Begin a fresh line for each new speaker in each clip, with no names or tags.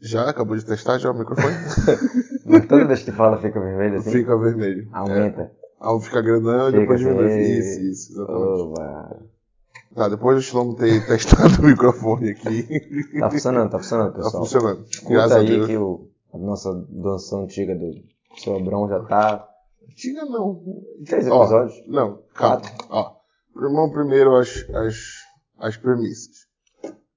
Já acabou de testar já o microfone?
Mas toda vez que tu fala fica vermelho assim?
fica vermelho. É.
Aumenta.
Ao ficar grandão,
Fica
depois diminui.
assim.
Isso, isso, exatamente.
Oba.
Tá, depois do Shlomo ter testado o microfone aqui,
Tá funcionando, tá funcionando,
tá
pessoal.
funcionando.
Escuta aí que o, a nossa dança antiga do Sobrão já tá.
Tinha não.
Três
Ó,
episódios?
Não, calma. Ó, vamos primeiro as, as, as premissas.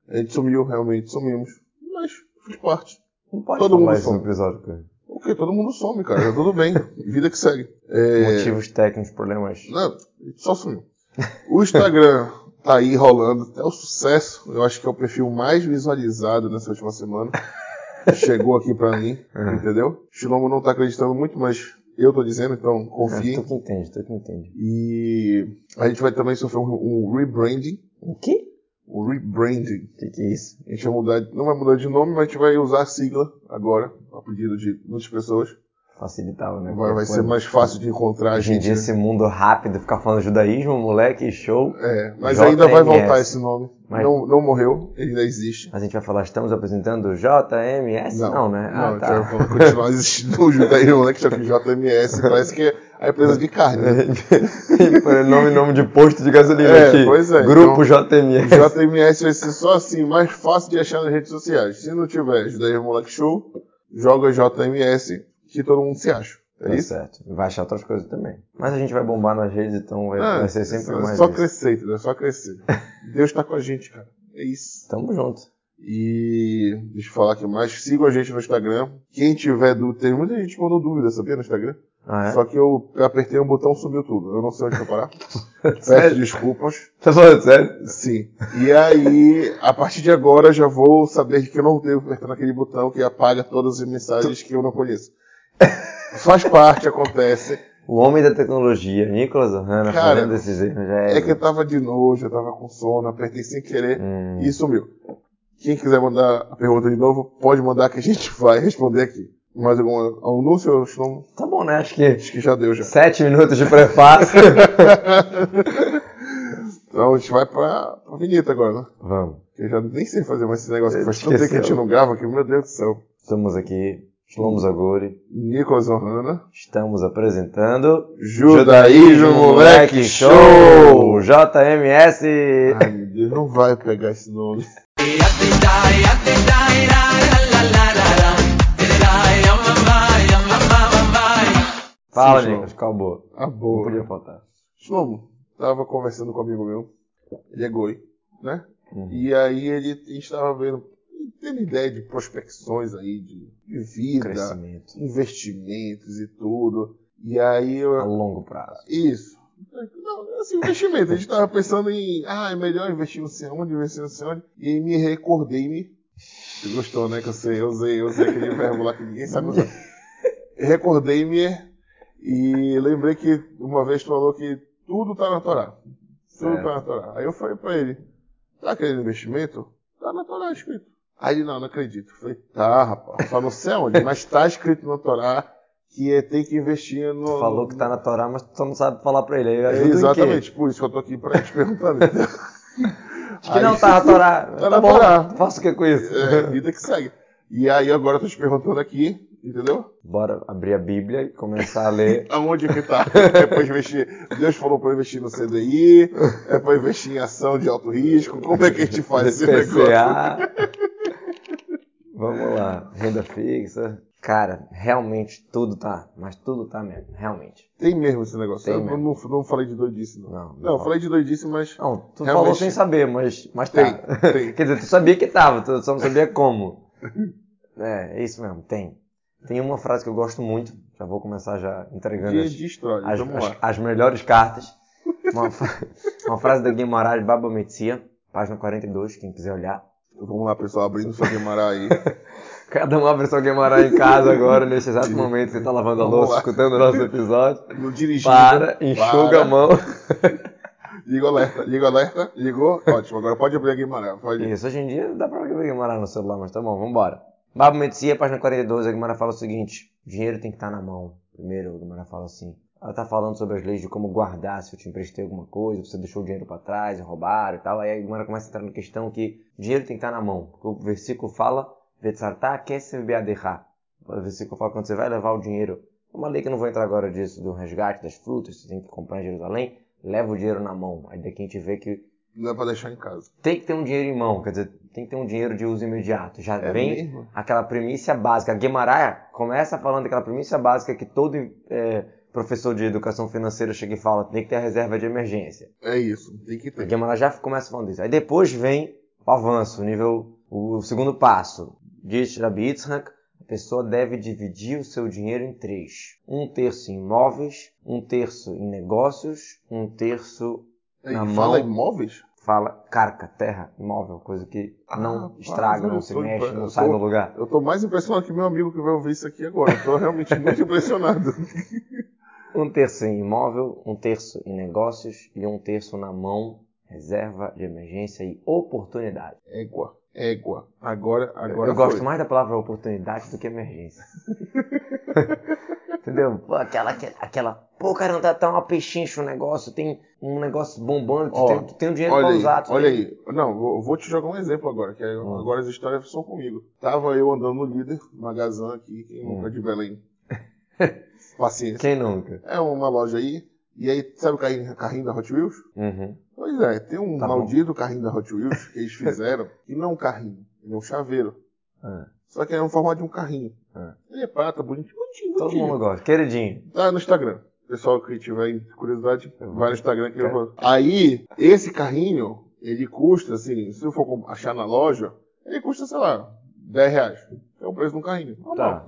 A gente sumiu, realmente sumimos. Mas faz parte.
Não pode
todo
falar
mundo
isso no
some.
episódio, cara.
Ok, todo mundo some, cara. Tá Tudo bem. Vida que segue. É,
Motivos técnicos, problemas.
Não, Né? só sumiu. O Instagram tá aí rolando, é o sucesso. Eu acho que é o perfil mais visualizado nessa última semana. Chegou aqui pra mim,
É.
entendeu? Shlomo não tá acreditando muito, mas eu tô dizendo, então
É,
confiem.
tu que entende, tu que entende.
E a gente vai também sofrer um, um rebranding.
O quê?
Um rebranding.
O que, que é isso?
A gente vai mudar, não vai mudar de nome, mas a gente vai usar a sigla agora, a pedido de muitas pessoas.
Facilitava, né?
Vai, vai ser mais fácil de encontrar a
Hoje em
gente. né?
dia, esse mundo rápido, ficar falando judaísmo, moleque, show.
É, mas
JMS.
ainda vai voltar esse nome.
Mas-
Não, não morreu, ele ainda existe.
Mas a gente vai falar, estamos apresentando JMS? Não, né?
Não,
ah,
a gente
tá.
vai falar, continuar existindo o judaísmo, né? Que já que JMS parece que é a empresa de carne. né?
Foi nome, nome de posto de gasolina
É,
aqui.
pois é,
Grupo JMS.
JMS vai ser só assim, mais fácil de achar nas redes sociais. Se não tiver Judaísmo Moleque Show, joga JMS, que todo mundo se acha. É
Tá
isso?
certo. Vai achar outras coisas também. Mas a gente vai bombar nas redes, então vai,
Ah,
vai ser sempre
é
mais
Só
isso.
crescer, entendeu? É Só crescer. Deus tá com a gente, cara. É isso.
Tamo junto.
E deixa eu falar aqui mais. Sigam a gente no Instagram. Quem tiver dúvida, tem muita gente que mandou dúvida, sabia? No Instagram.
Ah, é?
Só que eu apertei um botão sumiu tudo. Eu não sei onde foi parar. Peço desculpas.
Tá falando sério?
Sim. E aí, a partir de agora, já vou saber que eu não devo apertar naquele botão que apaga todas as mensagens que eu não conheço. Faz parte, acontece.
O homem da tecnologia, Nicolas Ohana,
Cara,
fazendo esses erros já é.
É que eu tava de nojo, eu tava com sono, apertei sem querer
Hum,
e sumiu. Quem quiser mandar a pergunta de novo, pode mandar que a gente vai responder aqui. Mais algum anúncio? Eu acho
Tá bom, né? Acho que
que já deu já.
sete minutos de prefácio.
Então a gente vai pra, pra vinheta agora, né?
Vamos.
Eu já nem sei fazer mais esse negócio. que Faz tanto
Esqueceu.
tempo que a gente não grava aqui, meu Deus do céu.
Estamos aqui, Shlomo Zagori.
Nicolas Ohana.
Estamos apresentando.
Judaísmo Moleque Show!
JMS!
Ai, meu Deus, não vai pegar esse nome.
Fala,
Sim, Shlomo.
Nicolas, qual a boa?
A
Não
boa.
podia faltar.
Shlomo, tava conversando com um amigo meu. Ele é goi, né?
Uhum.
E aí ele a gente tava vendo, tendo ideia de prospecções aí, de, de vida,
Crescimento.
investimentos e tudo. E aí eu,
A longo prazo.
Isso. Não, assim, investimento. A gente tava pensando em, ah, é melhor investir não sei onde, investir não sei onde. E aí me recordei, me. Você gostou, né? Que eu sei, eu usei, eu usei aquele verbo lá que ninguém sabe usar. Recordei-me e lembrei que uma vez tu falou que tudo tá na Torá. Tudo
Certo.
tá na Torá. Aí eu falei pra ele, tá querendo investimento? Tá na Torá escrito. Aí ele, não, não acredito. Eu falei, tá, rapaz, só não sei onde, mas tá escrito na Torá que é, tem que investir no...
Tu falou que tá na Torá, mas tu só não sabe falar pra ele. Aí
É,
ajuda em quê?
exatamente, por isso que eu tô aqui pra te perguntar. né? entendeu?
Acho que não tá na Torá. tá
na
bom.
Torá.
Faça o que com isso?
É, vida que segue. E aí agora eu tô te perguntando aqui, entendeu?
Bora abrir a Bíblia e começar a ler.
Aonde que tá? É pra investir. Deus falou pra eu investir no CDI, é pra eu investir em ação de alto risco. Como é que a gente faz esse negócio?
PCA. Vamos lá. Renda fixa. Cara, realmente tudo tá. Mas tudo tá mesmo. Realmente.
Tem mesmo esse negócio.
Tem
eu não-
mesmo.
Não, não falei de doidice, não.
Não, não
eu
fala. Ah,
falei de doidice, mas.
Não, tu
Realmente.
falou sem saber, mas, mas tá.
Tem, tem.
Quer dizer, tu sabia que tava, tu só não sabia como. É, é isso mesmo, tem. Tem uma frase que eu gosto muito, já vou começar já entregando
Dias
as,
de história.
as,
Vamos
as-
lá.
as melhores cartas. Uma, fra- uma frase da Guimarães Baba Metzia, página 42, quem quiser olhar.
Vamos lá, pessoal, abrindo sua Guimarães aí.
Cada um abre seu Guimarães em casa agora, nesse exato momento que você tá lavando a
Vamos
louça,
lá.
escutando o nosso episódio.
No dirigindo.
Para, enxuga
Para.
a mão.
Liga o alerta, liga o alerta, ligou. Ótimo, agora pode abrir a Guimarães. Pode.
Isso, hoje em dia dá pra ver Guimarães no celular, mas tá bom, vambora. Babo Metzia, página 42, a Guimarães fala o seguinte: dinheiro tem que estar na mão. Primeiro, a Guimarães fala assim. Ela tá falando sobre as leis de como guardar, se eu te emprestei alguma coisa, você deixou o dinheiro pra tá trás, roubaram e tal. Aí a Guimarães começa a entrar na questão que dinheiro tem que estar na mão. O versículo fala Vetzartá kesevbeadecha. O versículo fala quando você vai levar o dinheiro. é Uma lei que eu não vou entrar agora disso, do resgate das frutas, você tem que comprar em Jerusalém, leva o dinheiro na mão. Aí daqui a gente vê que
Não é pra deixar em casa.
tem que ter um dinheiro em mão, quer dizer, tem que ter um dinheiro de uso imediato. Já
É
vem
mesmo?
aquela premissa básica. A Guimarães começa falando aquela premissa básica que todo eh, professor de educação financeira chega e fala, tem que ter a reserva de emergência.
É isso, tem que
A
ter.
Guimarães já começa falando isso. Aí depois vem o avanço, o nível, o segundo passo. Diz Rabi Yitzhak, a pessoa deve dividir o seu dinheiro em três. Um terço em imóveis, um terço em negócios, um terço,
Ei,
na
É fala
mão.
imóveis?
fala, carca, terra, imóvel, coisa que
Ah,
não
rapaz,
estraga,
eu
não se
tô
mexe,
impre-
não
eu
sai
tô-
do lugar.
Eu tô mais impressionado que meu amigo que vai ouvir isso aqui agora. Eu tô realmente muito impressionado.
Um terço em imóvel, um terço em negócios e um terço na mão, reserva de emergência e oportunidade.
Égua, égua. Agora, agora
eu
foi.
gosto mais da palavra oportunidade do que emergência. Entendeu? Pô, aquela, que- aquela. Pô, cara, tá, tá uma pechincha o negócio, tem um negócio bombando, tu,
Ó,
tem, tu tem um dinheiro
olha
pra
aí,
usar. tu
olha
tem-
aí. Não, vou, vou te jogar um exemplo agora, que aí-
Hum.
agora as histórias são comigo. Tava eu andando no líder, Magazan aqui, quem
Hum.
nunca é de Belém. Paciência.
Quem nunca?
É uma loja aí, e aí, sabe o carrinho, carrinho da Hot Wheels?
Uhum.
Pois é, tem um
Tá bom.
maldito carrinho da Hot Wheels que eles fizeram, e não é um carrinho, ele é um chaveiro.
Ah,
Só que é um formato de um carrinho.
Ah.
Ele é prata, bonitinho, bonitinho,
todo
bonitinho.
mundo gosta. Queridinho.
Tá no Instagram. Pessoal que tiver curiosidade,
Eu É.
vai no Instagram que eu
Cara.
vou. Aí, esse carrinho, ele custa, assim, se eu for com- achar na loja, ele custa, sei lá, 10 reais. É o preço de um carrinho. Normal.
Tá.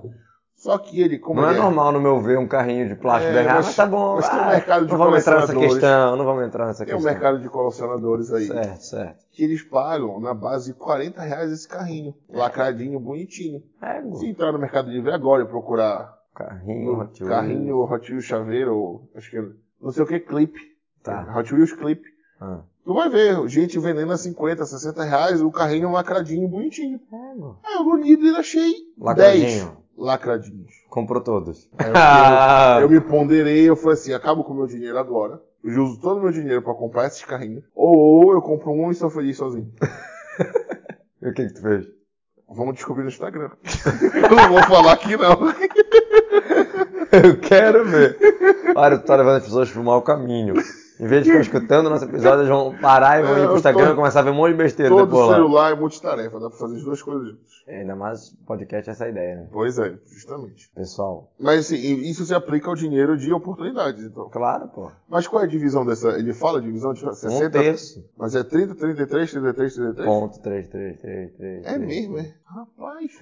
Só que ele, como
Não é
ele
normal, no meu ver, um carrinho de plástico
É,
derrar, mas,
mas-
tá bom.
mas tem um
ah,
mercado de
não vamos entrar nessa
colecionadores.
questão, não vamos entrar nessa
tem um
questão.
mercado de colecionadores aí,
Certo, certo.
que eles pagam na base de 40 reais esse carrinho. Lacradinho, bonitinho.
É, go-
Se entrar no Mercado Livre agora e procurar no
carrinho, Hum, Hot Wheels.
carrinho Hot Wheels Chaveiro, ou acho que é- não sei o que, clipe.
Tá.
Hot Wheels clipe.
Ah.
Tu vai ver gente vendendo a 50, 60 reais, o carrinho lacradinho, bonitinho.
É, go-
Aí eu no líder achei 10
Lacradinho.
lacradinhos.
Comprou todos.
Aí eu- Eu me ponderei, eu falei assim, acabo com o meu dinheiro agora, eu uso todo o meu dinheiro pra comprar esses carrinhos, ou eu compro um e sou feliz sozinho.
E o que que tu fez?
Vamos descobrir no Instagram. eu não vou falar aqui não.
Eu quero ver. Olha, tu tá levando as pessoas pro mau caminho. Em vez de ficar escutando o nosso episódio, eles vão parar e vão ir
É, eu
pro Instagram
tô-
e começar a ver um monte de besteira
Todo
depois lá.
celular é multitarefa, dá pra fazer as duas coisas juntas.
É, Ainda mais podcast é essa ideia, né?
Pois é, justamente.
Pessoal.
Mas assim, isso se aplica ao dinheiro de oportunidades, então.
Claro, pô.
Mas qual é a divisão dessa? Ele fala a divisão de 60,
Um terço.
Mas é 30, 33, 33, 33?
Ponto, três, três, três, três.
é
três.
mesmo, é? Rapaz.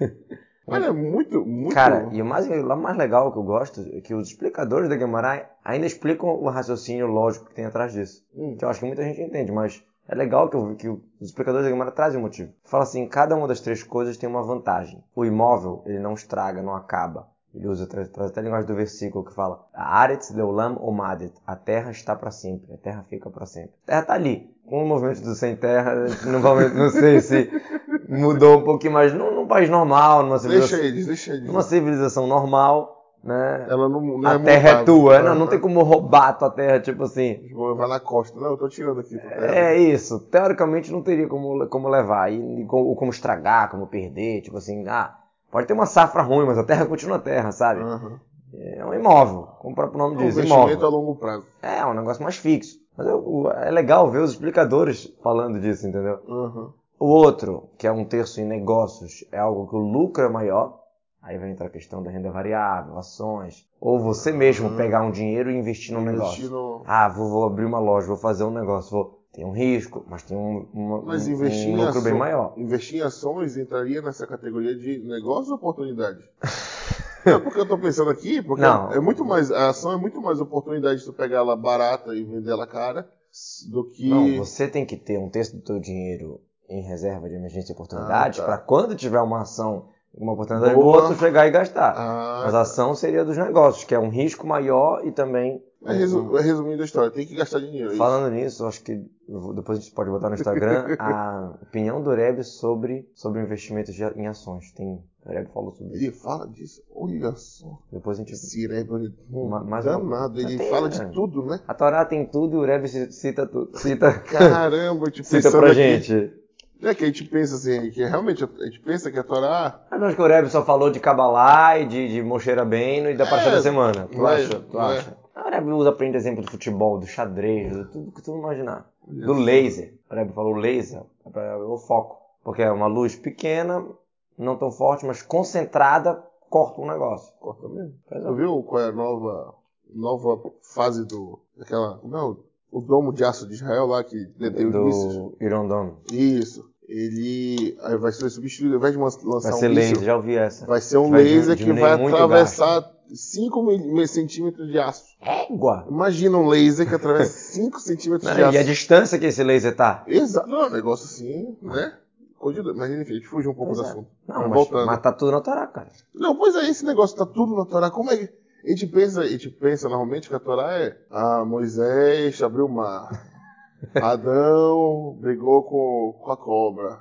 Olha, é muito, muito.
Cara, e o mais, o mais legal que eu gosto é que os explicadores da Guimarães ainda explicam o raciocínio lógico que tem atrás disso.
Hum.
Que eu acho que muita gente entende, mas é legal que, eu, que os explicadores da Guimarães trazem o motivo. Fala assim, cada uma das três coisas tem uma vantagem. O imóvel, ele não estraga, não acaba. Ele usa, traz, traz até a linguagem do versículo que fala A Aretz leulam omadet. A terra está para sempre, a terra fica para sempre. A terra tá ali. Com o movimento do sem terra, não, vamos- não sei se mudou um pouquinho, mas num, num país normal, numa
Deixa
civilização
eles, deixa eles.
numa civilização normal, né?
Ela não, não
assim? a
é
terra é
montada.
tua,
Ela-
não, não tem como roubar a tua terra, tipo assim.
Vou levar na costa. Não, eu tô tirando aqui. Tô
É isso, teoricamente não teria como, como levar, e, e como, ou como estragar, como perder, tipo assim, ah, pode ter uma safra ruim, mas a terra continua terra, sabe?
Aham.
É um imóvel, como o próprio nome
Hum. É um
diz,
investimento
imóvel.
a longo prazo.
É, é um negócio mais fixo. Mas eu- o- é legal ver os explicadores falando disso, entendeu?
Aham.
O outro, que é um terço em negócios, é algo que o lucro é maior. Aí vai entrar a questão da renda variável, ações. Ou você mesmo pegar um dinheiro e investir num
Uhum. Investir
negócio.
no...
Ah, vou, vou abrir uma loja, vou fazer um negócio. Vou... Tem um risco, mas tem um, uma-
Mas
um-
investir
um
em
lucro bem
aço-
maior.
Investir em ações entraria nessa categoria de negócio ou oportunidade? É porque eu tô pensando aqui, porque
Não.
é muito mais. A ação é muito mais oportunidade de tu pegar ela barata e vender ela cara do que.
Não, você tem que ter um terço do teu dinheiro em reserva de emergência e oportunidades
Ah, tá.
para quando tiver uma ação, uma oportunidade
Boa.
boa, tu chegar e gastar.
Ah,
Mas a ação seria dos negócios, que é um risco maior e também
É resu- é resumindo a história, tem que gastar dinheiro. é isso?
Falando nisso, eu acho que eu vou- depois a gente pode botar no Instagram a opinião do Reb sobre, sobre investimentos de- em ações. Tem, o Reb falou sobre isso.
Ele fala disso. Olha só.
Depois a gente.
Esse cérebro
Tipo,
um
Ma- mais uma-
danado. Ele
Tem,
fala
né?
de tudo, né?
A Torá tem tudo e o Reb ci- cita tudo. Cita,
Caramba, tipo,
cita
pensando
pra
aqui.
gente.
É que a gente pensa assim, que realmente a gente pensa que a Torá.
Mas que o Rebbe só falou de Kabbalah e de, de Moshe Rabbeinu e da
É,
Parashá da Semana. Tu
mas- é.
acha? Tu
mas-
acha? Ah, O Rebbe usa, aprende exemplo do futebol, do xadrez, do tudo que tu imaginar. Do
Isso.
laser. O Rebbe falou laser, é pra- é o foco. Porque é uma luz pequena, não tão forte, mas concentrada, corta um negócio.
Corta mesmo.
Pois é.
Tu viu qual é a nova, nova fase do. daquela. Como é o, o domo de aço de Israel lá que detém os mísseis?
Do Irondome.
Isso. Ele aí vai ser substituído, ao invés de lan- lançar
Vai ser
um míssil,
laser, já ouvi essa.
vai ser um
Vai
laser que
diminuir
vai
muito o
atravessar 5 mil- mil centímetros de aço.
Égua!
Imagina um laser que atravessa 5 centímetros
Não,
de aço.
e é a distância que esse laser tá?
Exato. Não, é um negócio assim, né? Continua. Mas enfim, a gente fugiu um pouco
Pois
do
é.
assunto.
Não,
Mas
mas,
voltando.
mas tá tudo na Torá, cara.
Não, pois é, esse negócio tá tudo na Torá. Como é que. A gente pensa, a gente pensa normalmente que a Torá é. Ah, Moisés abriu o mar. Adão brigou com, com a cobra.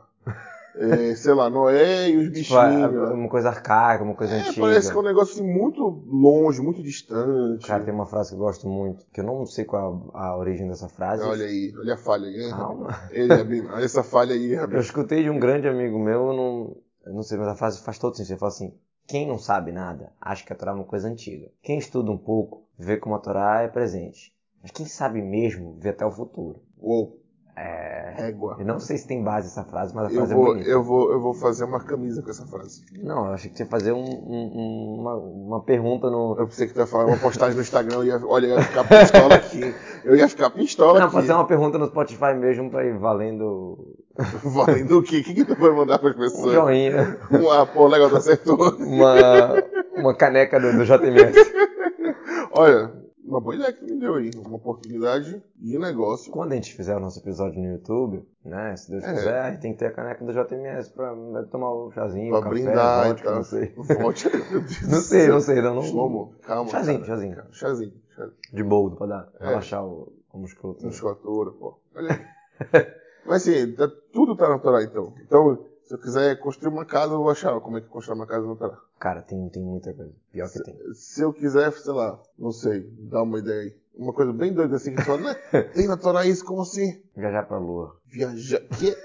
É, sei lá, Noé e os
Tipo, é
bichinhos.
uma coisa arcaica, uma coisa
É,
antiga.
parece que é um negócio assim, muito longe, muito distante.
Cara, tem uma frase que eu gosto muito, que eu não sei qual é a, a origem dessa frase.
Olha aí, olha a falha aí, né?
Calma.
Ele, Rabino, olha essa falha aí,
Eu
Rabino.
escutei de um grande amigo meu, eu não, eu não sei, mas a frase faz todo sentido. Ele fala assim: quem não sabe nada, acha que a Torá é uma coisa antiga. Quem estuda um pouco, vê como a Torá é presente. Mas quem sabe mesmo, vê até o futuro.
Uou,
É.
régua.
Eu não sei se tem base essa frase, mas a
Eu
frase é
vou,
bonita.
eu, vou, eu vou fazer uma camisa com essa frase.
Não, eu achei que você ia fazer um- um- um- uma, uma pergunta no.
Eu pensei que tu ia falar uma postagem no Instagram, eu ia, olha, eu ia ficar pistola aqui. Eu ia ficar pistola
Não,
aqui.
fazer uma pergunta no Spotify mesmo pra ir valendo
Valendo o quê? O que, que tu vai mandar pras
um
pessoas?
joinha.
Uma, pô, legal, tu acertou.
uma, uma caneca do, do JMS.
Olha, uma boa ideia que tu me deu aí. Uma oportunidade de negócio.
Quando a gente fizer o nosso episódio no YouTube, né? Se Deus
É.
quiser, a gente tem que ter a caneca do JMS pra né, tomar um chazinho,
Pra
café,
brindar
vodka,
e tal.
não sei.
Volte, meu Deus
Não
do
sei,
céu.
não sei, não. não-
Shlomo, calma.
Chazinho,
cara.
chazinho.
Cara, Chazinho, chazinho.
De boldo, pra dar,
É.
relaxar o, o musculoto.
Musculatura, pô. Olha aí. Mas assim, tá- tudo tá na Torá, então. Então, se eu quiser construir uma casa, eu vou achar como é que constrói uma casa na Torá.
Cara, tem, tem muita coisa. Pior que tem.
Se eu quiser, sei lá, não sei, dá uma ideia aí. Uma coisa bem doida assim que fala, né? Tem na Torá isso, como assim?
Viajar pra lua.
Viajar. Quê?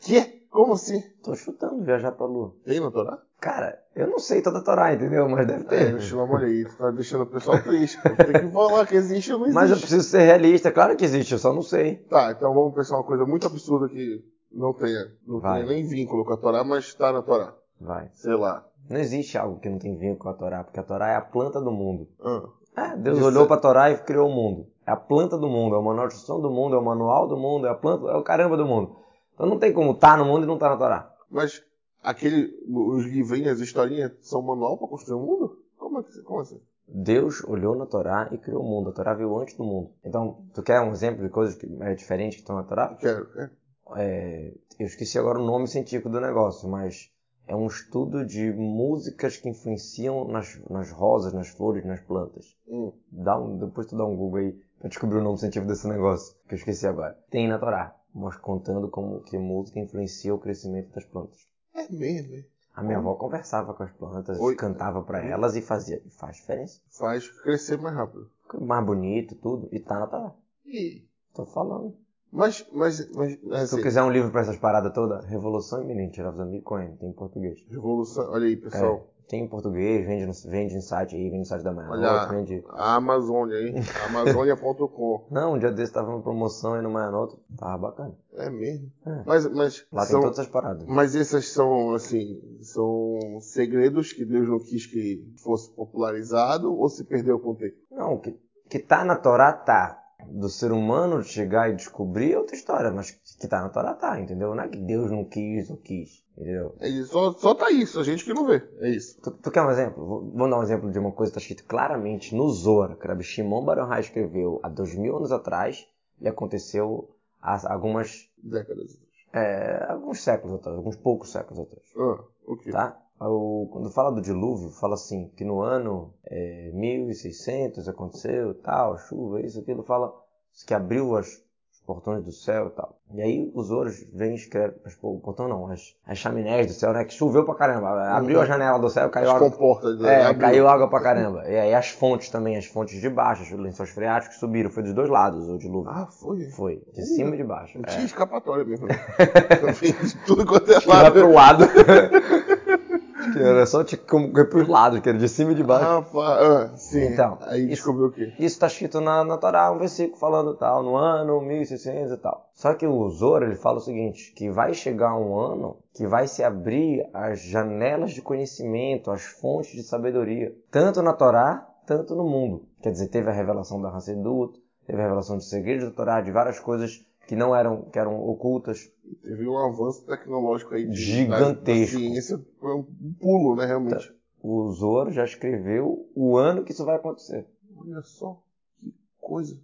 Quê? Como assim?
Tô chutando viajar pra lua.
Tem na Torá?
Cara, eu não sei toda a Torá, entendeu? Mas deve
É,
ter.
meu Shlomo, olha aí, tu tá deixando o pessoal triste. pô. Tem que falar que existe ou não existe.
Mas eu preciso ser realista. Claro que existe, eu só não sei.
Tá, então vamos pensar uma coisa muito absurda que não tenha, não
Vai.
tenha nem vínculo com a Torá, mas tá na Torá.
Vai.
Sei lá.
Não existe algo que não tem vínculo com a Torá, porque a Torá é a planta do mundo.
Ah,
É, Deus
Isso
olhou
é-
pra Torá e criou o mundo. É a planta do mundo, é o manual de instrução do mundo, é o manual do mundo, é a planta, é o caramba do mundo. Então não tem como tá no mundo e não tá na Torá.
mas aquele. Os livrinhos, as historinhas são manual pra construir o mundo? Como é que como assim?
Deus olhou na Torá e criou o mundo. A Torá veio antes do mundo. Então, tu quer um exemplo de coisas que é diferente que estão na Torá?
Quero, quero.
É, eu esqueci agora o nome científico do negócio, mas é um estudo de músicas que influenciam nas, nas rosas, nas flores, nas plantas.
Hum.
Dá um, depois tu dá um Google aí pra descobrir o nome científico desse negócio, que eu esqueci agora. Tem na Torá, mas contando como que música influencia o crescimento das plantas.
É mesmo, hein?
A minha avó conversava com as plantas,
Oi.
cantava pra elas e fazia. E faz diferença.
Faz crescer mais rápido.
Fica Mais bonito, tudo. E tá na Torá.
E,
Tô falando.
mas, mas, mas,
Se
assim,
tu quiser um livro pra essas paradas todas, Revolução Iminente, Geraldo Zamir Cohen, tem em português.
revolução. Olha aí, pessoal.
Tem em português, vende no, vende em site aí, vende no site da Maior,
Olha lá.
vende...
A Amazônia, hein? Amazônia.com.
Não, um dia desse tava uma promoção aí no Maior tava bacana.
É mesmo.
É.
Mas, mas,
Lá
são-
tem todas as paradas.
mas essas são, assim, são segredos que Deus não quis que fosse popularizado ou se perdeu com o tempo?
Não, o que, que tá na Torá, tá. Do ser humano chegar e descobrir é outra história, mas que tá na Torá, tá, entendeu? Não é que Deus não quis ou quis, entendeu?
Ele só, só tá isso, a gente que não vê. É isso.
Tu, tu quer um exemplo? Vou- Vamos dar um exemplo de uma coisa que tá escrito claramente no Zohar, que Rabbi Shimon Baronhai escreveu há dois mil anos atrás e aconteceu há algumas...
Décadas.
é, alguns séculos atrás, alguns poucos séculos atrás.
Ah, o quê?
tá? O- quando fala do dilúvio, fala assim, que no ano é, 1600 aconteceu, tal, chuva, isso, aquilo, fala que abriu as portões do céu e tal. E aí os ouros vêm e escrevem, mas, pô, o portão não, as, as chaminés do céu, né? Que choveu pra caramba. Abriu a janela do céu, caiu
Uhum. As
água.
comportas. né?
É,
Abriu.
caiu água pra caramba. E aí as fontes também, as fontes de baixo, os lençóis freáticos subiram. Foi dos dois lados o dilúvio.
Ah, foi.
Foi, de cima e de baixo.
Não
É.
tinha escapatória mesmo. Enfim, de tudo quanto é
Lá
lado.
pro lado. que era só tipo, como, pros lados, que era de cima e de baixo.
Rapaz, ah, sim.
Então,
Aí
isso-
descobriu o quê?
Isso está escrito na, na Torá, um versículo falando tal, no ano 1600 e tal. Só que o Zoro, ele fala o seguinte, que vai chegar um ano que vai se abrir as janelas de conhecimento, as fontes de sabedoria, tanto na Torá, tanto no mundo. Quer dizer, teve a revelação da Hassedut, teve a revelação de segredos da Torá, de várias coisas que não eram, que eram ocultas.
Teve um avanço tecnológico aí. de-
Gigantesco. Tá.
Da, da ciência foi um pulo, né, realmente.
O Zoro já escreveu o ano que isso vai acontecer.
Olha só, que coisa.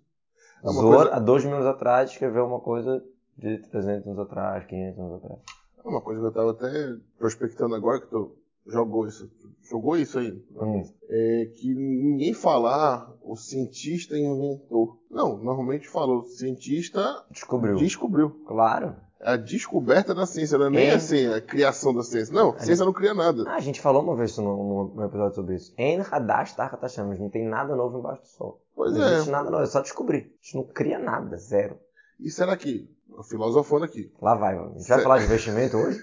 É uma
Zoro,
coisa,
há dois mil anos atrás, escreveu uma coisa de 300 anos atrás, 500 anos atrás.
é uma coisa que eu tava até prospectando agora, que tu jogou isso, jogou isso aí.
Hum.
É que ninguém falar o cientista inventou. Não, normalmente falou, o cientista
Descobriu.
descobriu.
Claro.
É A descoberta da ciência, não é nem
É.
assim, a criação da ciência. Não, a ciência não cria nada.
Ah, a gente falou uma vez isso num, num episódio sobre isso. En Hadash Tarkatashams. Não tem nada novo embaixo do sol.
Pois
não existe
é.
nada novo, é só descobrir. A gente não cria nada, zero.
E será que, filosofando aqui,
Lá vai, mano. A gente vai
Cê-
falar de investimento hoje?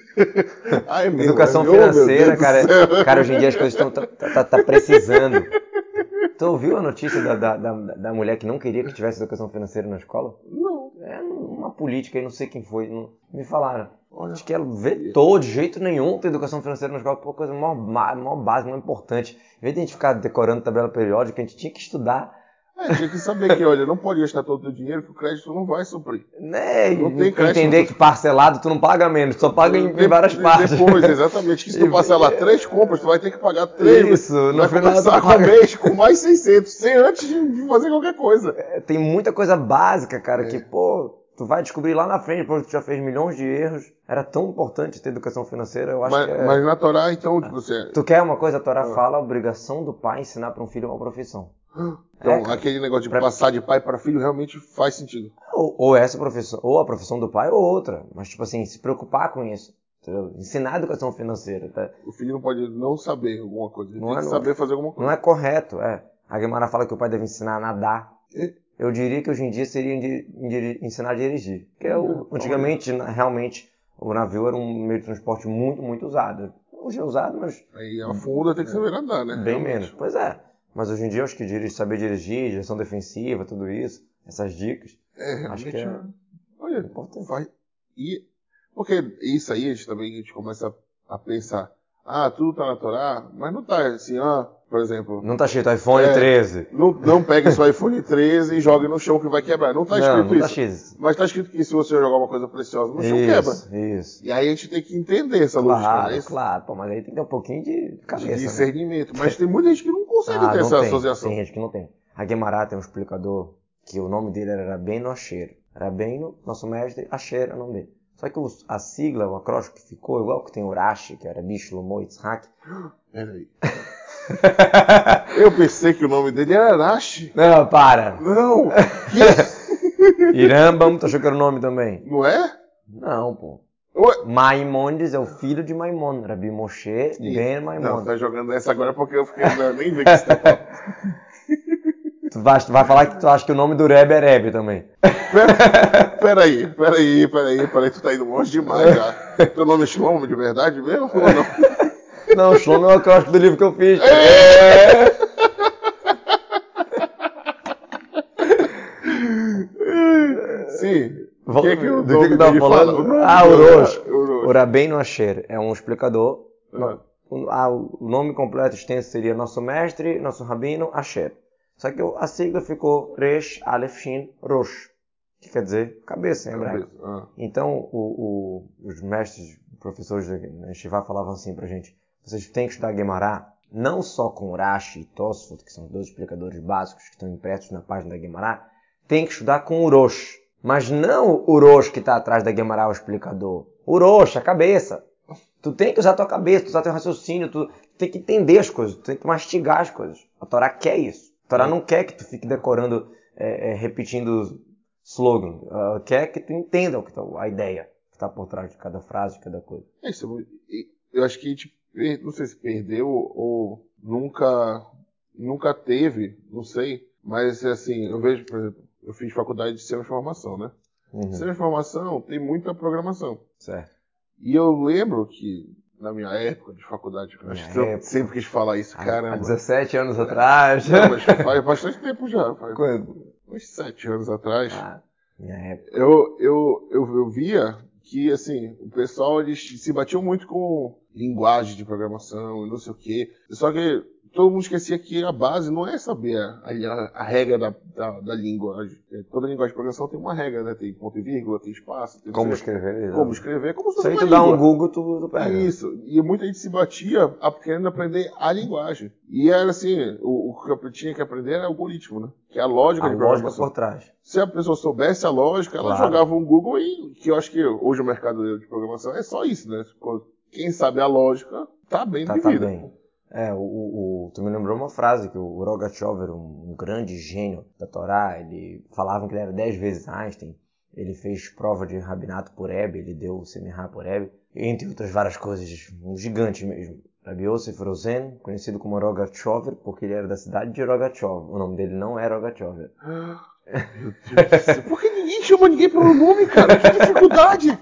ah, é mesmo,
Educação
é meu, meu Deus do
financeira,
céu.
cara. Cara, hoje em dia as coisas estão tá, tá- tá precisando. Tu ouviu a notícia da, da, da, da mulher que não queria que tivesse educação financeira na escola?
Não,
É uma política aí, não sei quem foi. não- me falaram.
olha,
Acho que ela vetou de jeito nenhum ter educação financeira na escola, porque é uma coisa mó, ma- mó base, mó importante. Em vez de a gente ficar decorando tabela periódica, a gente tinha que estudar,
é, tinha que saber que, olha, não pode gastar todo o dinheiro que o crédito não vai suprir.
né? E
Não tem crédito.
entender que parcelado tu não paga menos, tu só paga em, em várias
De-
partes.
Depois, é. exatamente. Que se tu parcelar três compras, tu vai ter que pagar três.
Isso,
tu
no
vai
final
começar
tu
com o
paga.
mês com mais 600, sem antes de fazer qualquer coisa.
É, Tem muita coisa básica, cara,
É.
que, pô, tu vai descobrir lá na frente, porque tu já fez milhões de erros. Era tão importante ter educação financeira, eu acho
Mas,
que é...
mas na Torá, então, tipo, você,
Tu quer uma coisa, a Torá fala, a obrigação do pai é ensinar para um filho uma profissão. É,
então
cara.
aquele negócio de
Pra-
passar de pai para filho realmente faz sentido.
Ou, ou essa profissão, ou a profissão do pai, ou outra. Mas, tipo assim, se preocupar com isso. Entendeu? Ensinar a educação financeira. Tá?
O filho não pode não saber alguma coisa. Ele
Não
tem
é
que
não.
saber fazer alguma coisa.
Não é correto, é. A Guimara fala que o pai deve ensinar a nadar. Eu diria que hoje em dia seria indi- indi- ensinar a dirigir. Porque o- antigamente, na- realmente, o navio era um meio de transporte muito, muito usado. Hoje é usado, mas
Aí afunda, tem que saber nadar, né?
Hum. bem menos. Pois é. Mas hoje em dia, eu acho que diri- saber dirigir, direção defensiva, tudo isso, essas dicas,
É,
acho
realmente.
que é
é- Olha,
importante.
Vai. E, porque isso aí a gente também a gente começa a pensar, ah, tudo tá na Torá, mas não tá assim, ah, por exemplo,
Não tá escrito iPhone
É.
13.
não, não pegue seu iPhone 13 e jogue no chão que vai quebrar. Não tá
não,
escrito
não tá
isso.
escrito.
Mas tá escrito que se você jogar uma coisa preciosa no chão, quebra.
isso, isso.
E aí a gente tem que entender essa lógica, né?
Claro,
Isso
claro. Pô, mas aí tem que ter um pouquinho de cabeça.
de
né?
discernimento. Mas tem muita gente que não consegue
Ah,
ter
não
essa
tem.
associação.
Tem gente que não tem. A Guemará tem um explicador que o nome dele era Rabbeinu Asher. Rabbeinu, nosso mestre, Asher é o nome dele. Só que os- a sigla, o acróstico que ficou, igual que tem Urashi, que era Bicho, Lomo, Itzhak.
Peraí. Eu pensei que o nome dele era Arashi.
Não, para.
Não! Que-
Irambam, tu achou que era o nome também?
Não é?
Não, pô.
Ué?
Maimondes é o filho de Maimon. Rabi Moshe Ben
Não,
Maimon.
tá jogando essa agora porque eu fiquei. Não, nem vi que você tá falando.
Tu vai, tu vai falar que tu acha que o nome do Rebbe é Rebbe também.
Peraí, peraí, peraí, peraí, tu tá indo longe demais já. Teu nome é Shlomo de verdade mesmo? Ou não?
Não, o Shlomo é o acróstico do livro que eu fiz.
Sim. é
Vol-
Que que o
do
nome
que que tava
dele
falando?
fala? O nome
Ah,
dele
Orochi.
é Orochi.
Urabeno Asher é um explicador.
Ah.
No- ah, o nome completo extenso seria Nosso Mestre, Nosso Rabino Asher. Só que o- a sigla ficou Resh Aleph Shin Rosh, que quer dizer cabeça em hebraico.
Ah.
Então, o- o- os mestres, professores da Shivá falavam assim pra gente: vocês têm que estudar Guemará, não só com Urashi e Tosfot, que são os dois explicadores básicos que estão impressos na página da Guemará, tem que estudar com Urosh. Mas não o Urosh que está atrás da Guemará, o explicador. Urosh, a cabeça. Tu tem que usar tua cabeça, tu usar teu raciocínio, tu tem que entender as coisas, tu tem que mastigar as coisas. A Torá quer isso. A Torá não quer que tu fique decorando, é, é, repetindo slogan. Ela quer que tu entenda o que tá, a ideia que tá por trás de cada frase, de cada coisa.
É isso. e Eu acho que a gente, per- não sei se perdeu ou nunca, nunca teve, não sei. Mas assim, eu vejo, por exemplo, eu fiz faculdade de ciência de informação, né?
Uhum.
Ciência de informação tem muita programação.
Certo.
E eu lembro que na minha época de faculdade, eu acho que
Minha
eu
época. Ah,
sempre quis falar isso,
Há
caramba.
17 anos atrás.
Não, mas faz bastante tempo já, faz
Quando?
uns sete anos atrás.
Ah, minha época.
Eu, eu, eu, eu via que assim, o pessoal eles se batiam muito com linguagem de programação e não sei o quê. Só que todo mundo esquecia que a base não é saber a, a- a regra da, da, da linguagem. É, Toda linguagem de programação tem uma regra, né? Tem ponto e vírgula, tem espaço, tem não
Como
sei-
escrever?
como escrever, como se
Se
fosse
aí
uma
tu dá um
língua.
Google, tu, tu pega.
Isso, e muita gente se batia a- querendo aprender a linguagem. E era assim, o, o que eu tinha que aprender era algoritmo, né? Que é a lógica
A
de
lógica
programação
por trás.
se a pessoa soubesse a lógica, ela
Claro.
jogava um Google e que eu acho que hoje o mercado de programação é só isso, né? Tipo, Quem sabe a lógica tá bem
Tá,
de
tá
vida.
bem. É, o, o, o- tu me lembrou uma frase que o Rogachover, era um, um grande gênio da Torá, ele falavam que ele era 10 vezes Einstein, ele fez prova de rabinato por Hebe, ele deu o semirá por Hebe, entre outras várias coisas, um gigante mesmo. Rabi Yosef Rosen, conhecido como Rogachover, porque ele era da cidade de Rogachover, o nome dele não é Rogachover.
Meu Deus do céu. Por que ninguém chama ninguém pelo nome, cara? Que dificuldade!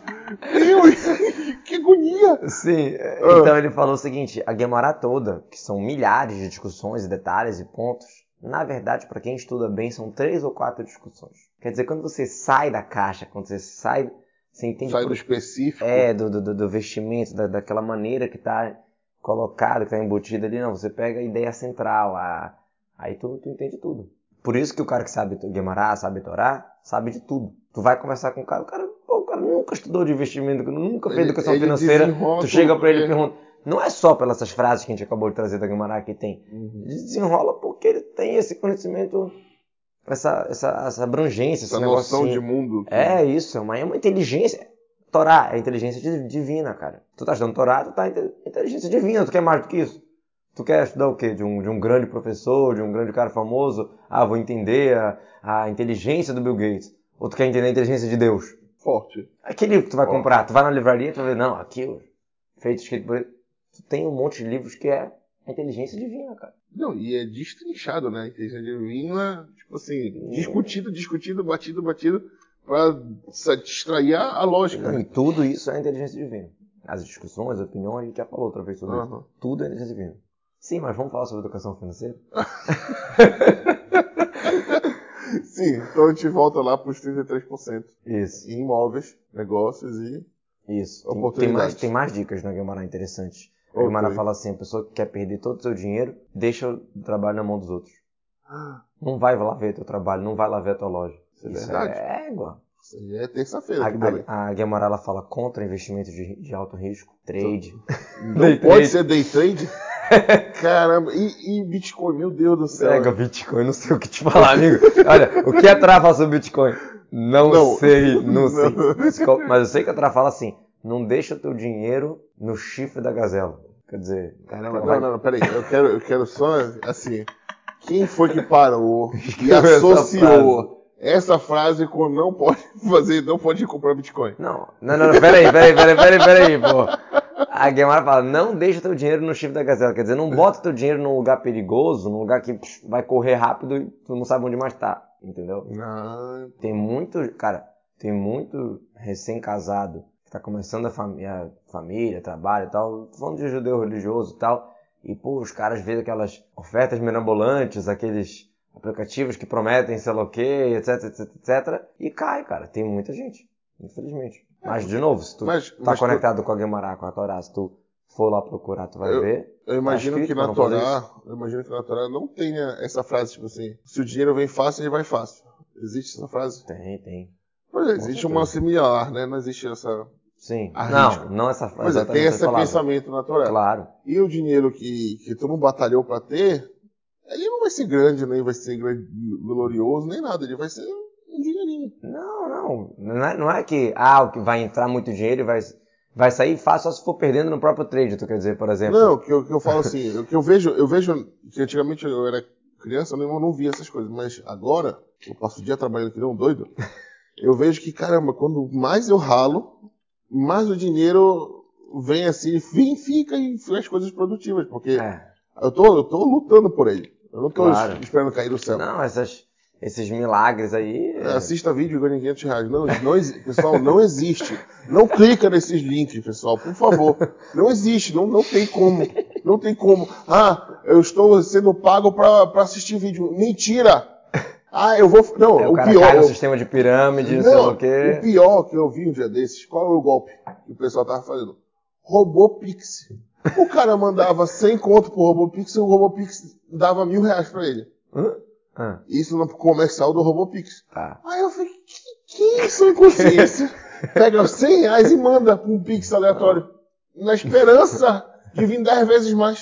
Meu, que agonia!
Sim, é,
Ah.
então ele falou o seguinte: a Gemara toda, que são milhares de discussões e detalhes e pontos, na verdade, para quem estuda bem, são três ou quatro discussões. Quer dizer, quando você sai da caixa, quando você sai, você entende
Sai
por-
do específico.
é, do, do- do, do vestimento, da, daquela maneira que tá colocado, que tá embutido ali, não, você pega a ideia central, a, aí tu, tu entende tudo. Por isso que o cara que sabe Guemará, sabe Torá, sabe de tudo. Tu vai conversar com o cara, o cara, pô, o cara nunca estudou de investimento, nunca fez
Ele-
educação
ele
financeira,
desenrola
tu chega
tudo,
pra ele e
porque-
pergunta, não é só pelas essas frases que a gente acabou de trazer da Guemará que tem,
Uhum.
desenrola porque ele tem esse conhecimento, essa, essa, essa abrangência, esse
Essa noção
negocinho.
de mundo.
É isso, é uma, é uma inteligência. Torá é inteligência di- divina, cara. Tu tá estudando Torá, tu tá inte- inteligência divina, tu quer mais do que isso. Tu quer estudar o quê? De um, de um grande professor, de um grande cara famoso? Ah, vou entender a, a inteligência do Bill Gates. Ou tu quer entender a inteligência de Deus?
forte.
Aquele livro que tu vai
Ó.
comprar, tu vai na livraria e tu vai ver, não, aquilo, feito, escrito por ele. Tu tem um monte de livros que é a inteligência divina, cara.
Não, e é destrinchado, né? A inteligência divina, tipo assim, discutido, discutido, batido, batido, pra distrair a a lógica.
E tudo isso é inteligência divina. As discussões, as opiniões, a gente já falou outra vez sobre isso.
Aham.
Tudo é inteligência divina. Sim, mas vamos falar sobre educação financeira?
Sim, então a gente volta lá para os 33%.
Isso.
Em imóveis, negócios e.
Isso. Tem, tem
Oportunidades.
mais, tem mais dicas na Guimarães interessantes. A
Ok.
Guimarães fala assim, a pessoa que quer perder todo o seu dinheiro, deixa o trabalho na mão dos outros. Não vai lá ver teu trabalho, não vai lá ver a tua loja.
Ah. Isso é verdade.
É égua.
Isso aí é terça-feira aqui também.
A, a, a Guimarães, ela fala contra investimentos de, de alto risco, trade.
Não pode ser day trade? Caramba, e, e Bitcoin, meu Deus do céu.
Pega Bitcoin, não sei o que te falar, amigo. Olha, o que a Tra fala sobre Bitcoin? Não,
Não.
sei, não,
Não.
sei. Mas qual- Mas eu sei que a Tra fala assim: não deixa o teu dinheiro no chifre da gazela. Quer dizer,
Caramba,
vai-
não, não, não, peraí. Eu quero, eu quero só, assim. Quem foi que parou e associou essa frase com não pode fazer, não pode comprar Bitcoin?
Não, não, não, não, peraí, peraí, peraí, peraí, peraí, pô. A Guimarães fala, não deixa teu dinheiro no chifre da gazela, quer dizer, não bota teu dinheiro num lugar perigoso, num lugar que psh, vai correr rápido e tu não sabe onde mais tá, entendeu?
Não.
Tem muito, cara, tem muito recém-casado que tá começando a, fami- a família, trabalho e tal, tô falando de judeu religioso e tal, e pô, os caras veem aquelas ofertas mirabolantes, aqueles aplicativos que prometem sei lá o quê, etc, etc, etc, e cai, cara, tem muita gente, infelizmente. Mas, de novo, se tu
Mas-
tá
mas tu-
conectado com a Guemará, com a Torá, se tu for lá procurar, tu vai
Eu-
ver.
Eu imagino
Tá escrito
que
pra
na
não fazer
Torá, eu imagino que na Torá não tenha essa frase, tipo assim, se o dinheiro vem fácil, ele vai fácil. Existe essa frase?
Tem, tem.
Pois é, existe
certeza.
uma similar, né? Não existe essa.
Sim.
Arrisca.
Não, não essa
Pois é,
exatamente
tem
essa
esse
palavra.
pensamento na Torá.
Claro.
E o dinheiro que, que tu não batalhou pra ter, ele não vai ser grande, nem vai ser grande, glorioso, nem nada. Ele vai ser um dinheirinho.
Não, não. Não é, não é que ah, o que vai entrar muito dinheiro e vai, vai sair fácil só se for perdendo no próprio trade, tu quer dizer, por exemplo.
Não, que eu, que eu falo assim, o que eu vejo, eu vejo que antigamente eu era criança, eu não, eu não via essas coisas, mas agora, eu passo o dia trabalhando que nem um doido. eu vejo que, caramba, quando mais eu ralo, mais o dinheiro vem assim, vem, fica e faz coisas produtivas, porque
É.
eu, tô, eu tô lutando por ele. Eu não tô
Claro.
es- esperando cair do céu.
Não, essas, esses milagres aí. é,
Assista vídeo e ganhe 500 reais. Não, não, exi- pessoal, não existe. Não clica nesses links, pessoal, por favor. Não existe, não, não tem como. Não tem como. Ah, eu estou sendo pago pra pra assistir vídeo. Mentira! Ah, eu vou. Não,
é,
o,
o cara
pior.
cai no
eu-
sistema de pirâmide, não, sei
não,
o quê.
o pior que eu vi um dia desses, qual era o golpe que o pessoal tava fazendo? Robopix. O cara mandava 100 conto pro Robopix e o Robopix dava mil reais pra ele.
Hã? Ah,
Isso no comercial do Robopix.
tá.
Aí eu falei, que, que isso, inconsciência? Pega os 100 reais e manda pra um pix aleatório. Na esperança de vir 10 vezes mais.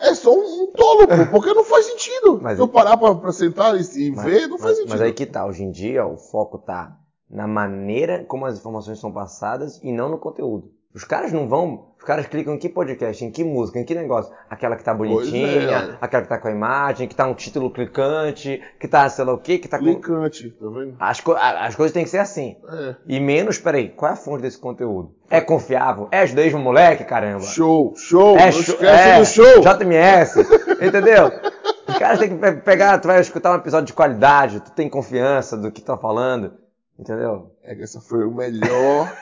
É só um, um tolo, pô, porque não faz sentido.
Mas-
Se eu parar pra, pra sentar e, e ver, não faz
mas,
sentido.
mas aí que tá, hoje em dia o foco tá na maneira como as informações são passadas e não no conteúdo. Os caras não vão, os caras clicam em que podcast, em que música, em que negócio. Aquela que tá bonitinha,
olha.
aquela que tá com a imagem, que tá um título clicante, que tá sei lá o que, que tá com...
Clicante, tá vendo?
As, co- a- as coisas têm que ser assim.
É.
E menos, peraí, qual é a fonte desse conteúdo? É confiável? É judaísmo moleque, caramba?
Show, show,
É,
não
show,
esquece
é,
do show.
JMS, entendeu? Os caras têm que pe- pegar, tu vai escutar um episódio de qualidade, tu tem confiança do que tá falando, entendeu?
É, essa foi o melhor,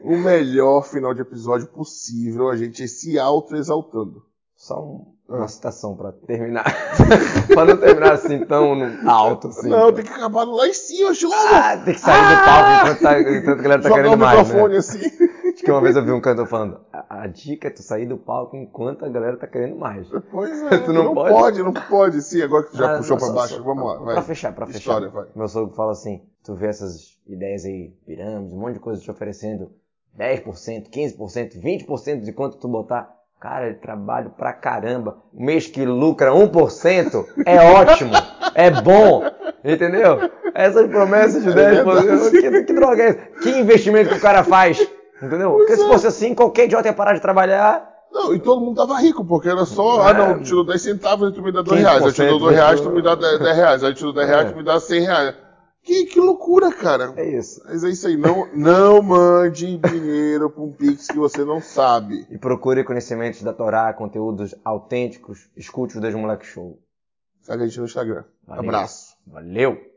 o melhor final de episódio possível, a gente se auto-exaltando.
Só um-
Ah.
uma citação pra terminar. pra não terminar assim tão no- alto, assim.
Não, tem que acabar lá em cima, Chilobo.
Ah, tem que sair do palco enquanto, tá, enquanto a galera tá
Jogar o
querendo mais, né?
microfone assim.
Acho que uma vez eu vi um cantor falando, a, a dica é tu sair do palco enquanto a galera tá querendo mais.
Pois é,
Tu não
não
pode?
pode? não pode. Sim, agora que tu já
Ah,
puxou
só-
pra baixo,
só-
vamos lá. Vai.
Pra fechar, pra fechar.
História, vai.
Meu sogro fala assim, tu vê essas ideias aí, pirâmides, um monte de coisa te oferecendo 10%, 15%, 20% de quanto tu botar. Cara, ele trabalha pra caramba. Um mês que lucra 1% é ótimo, é bom, entendeu? Essas promessas de
É
10%, que, que droga é essa? Que investimento que o cara faz, entendeu? Porque
é.
se fosse assim, qualquer idiota ia parar de trabalhar,
Não, e todo mundo tava rico, porque era só. Ah, não, tirou 10 centavos e tu me dá 2 reais. Aí
15%,
tirou 2 reais, tu me dá 10 10 reais. Aí tirou 10 reais, tu me dá 100 reais. Que, que loucura, cara.
é isso.
Mas é isso aí. Não, não mande dinheiro pra um Pix que você não sabe.
E procure conhecimentos da Torá, conteúdos autênticos, escute o Deus Moleque Show.
Segue a gente no Instagram.
Valeu.
Abraço.
Valeu!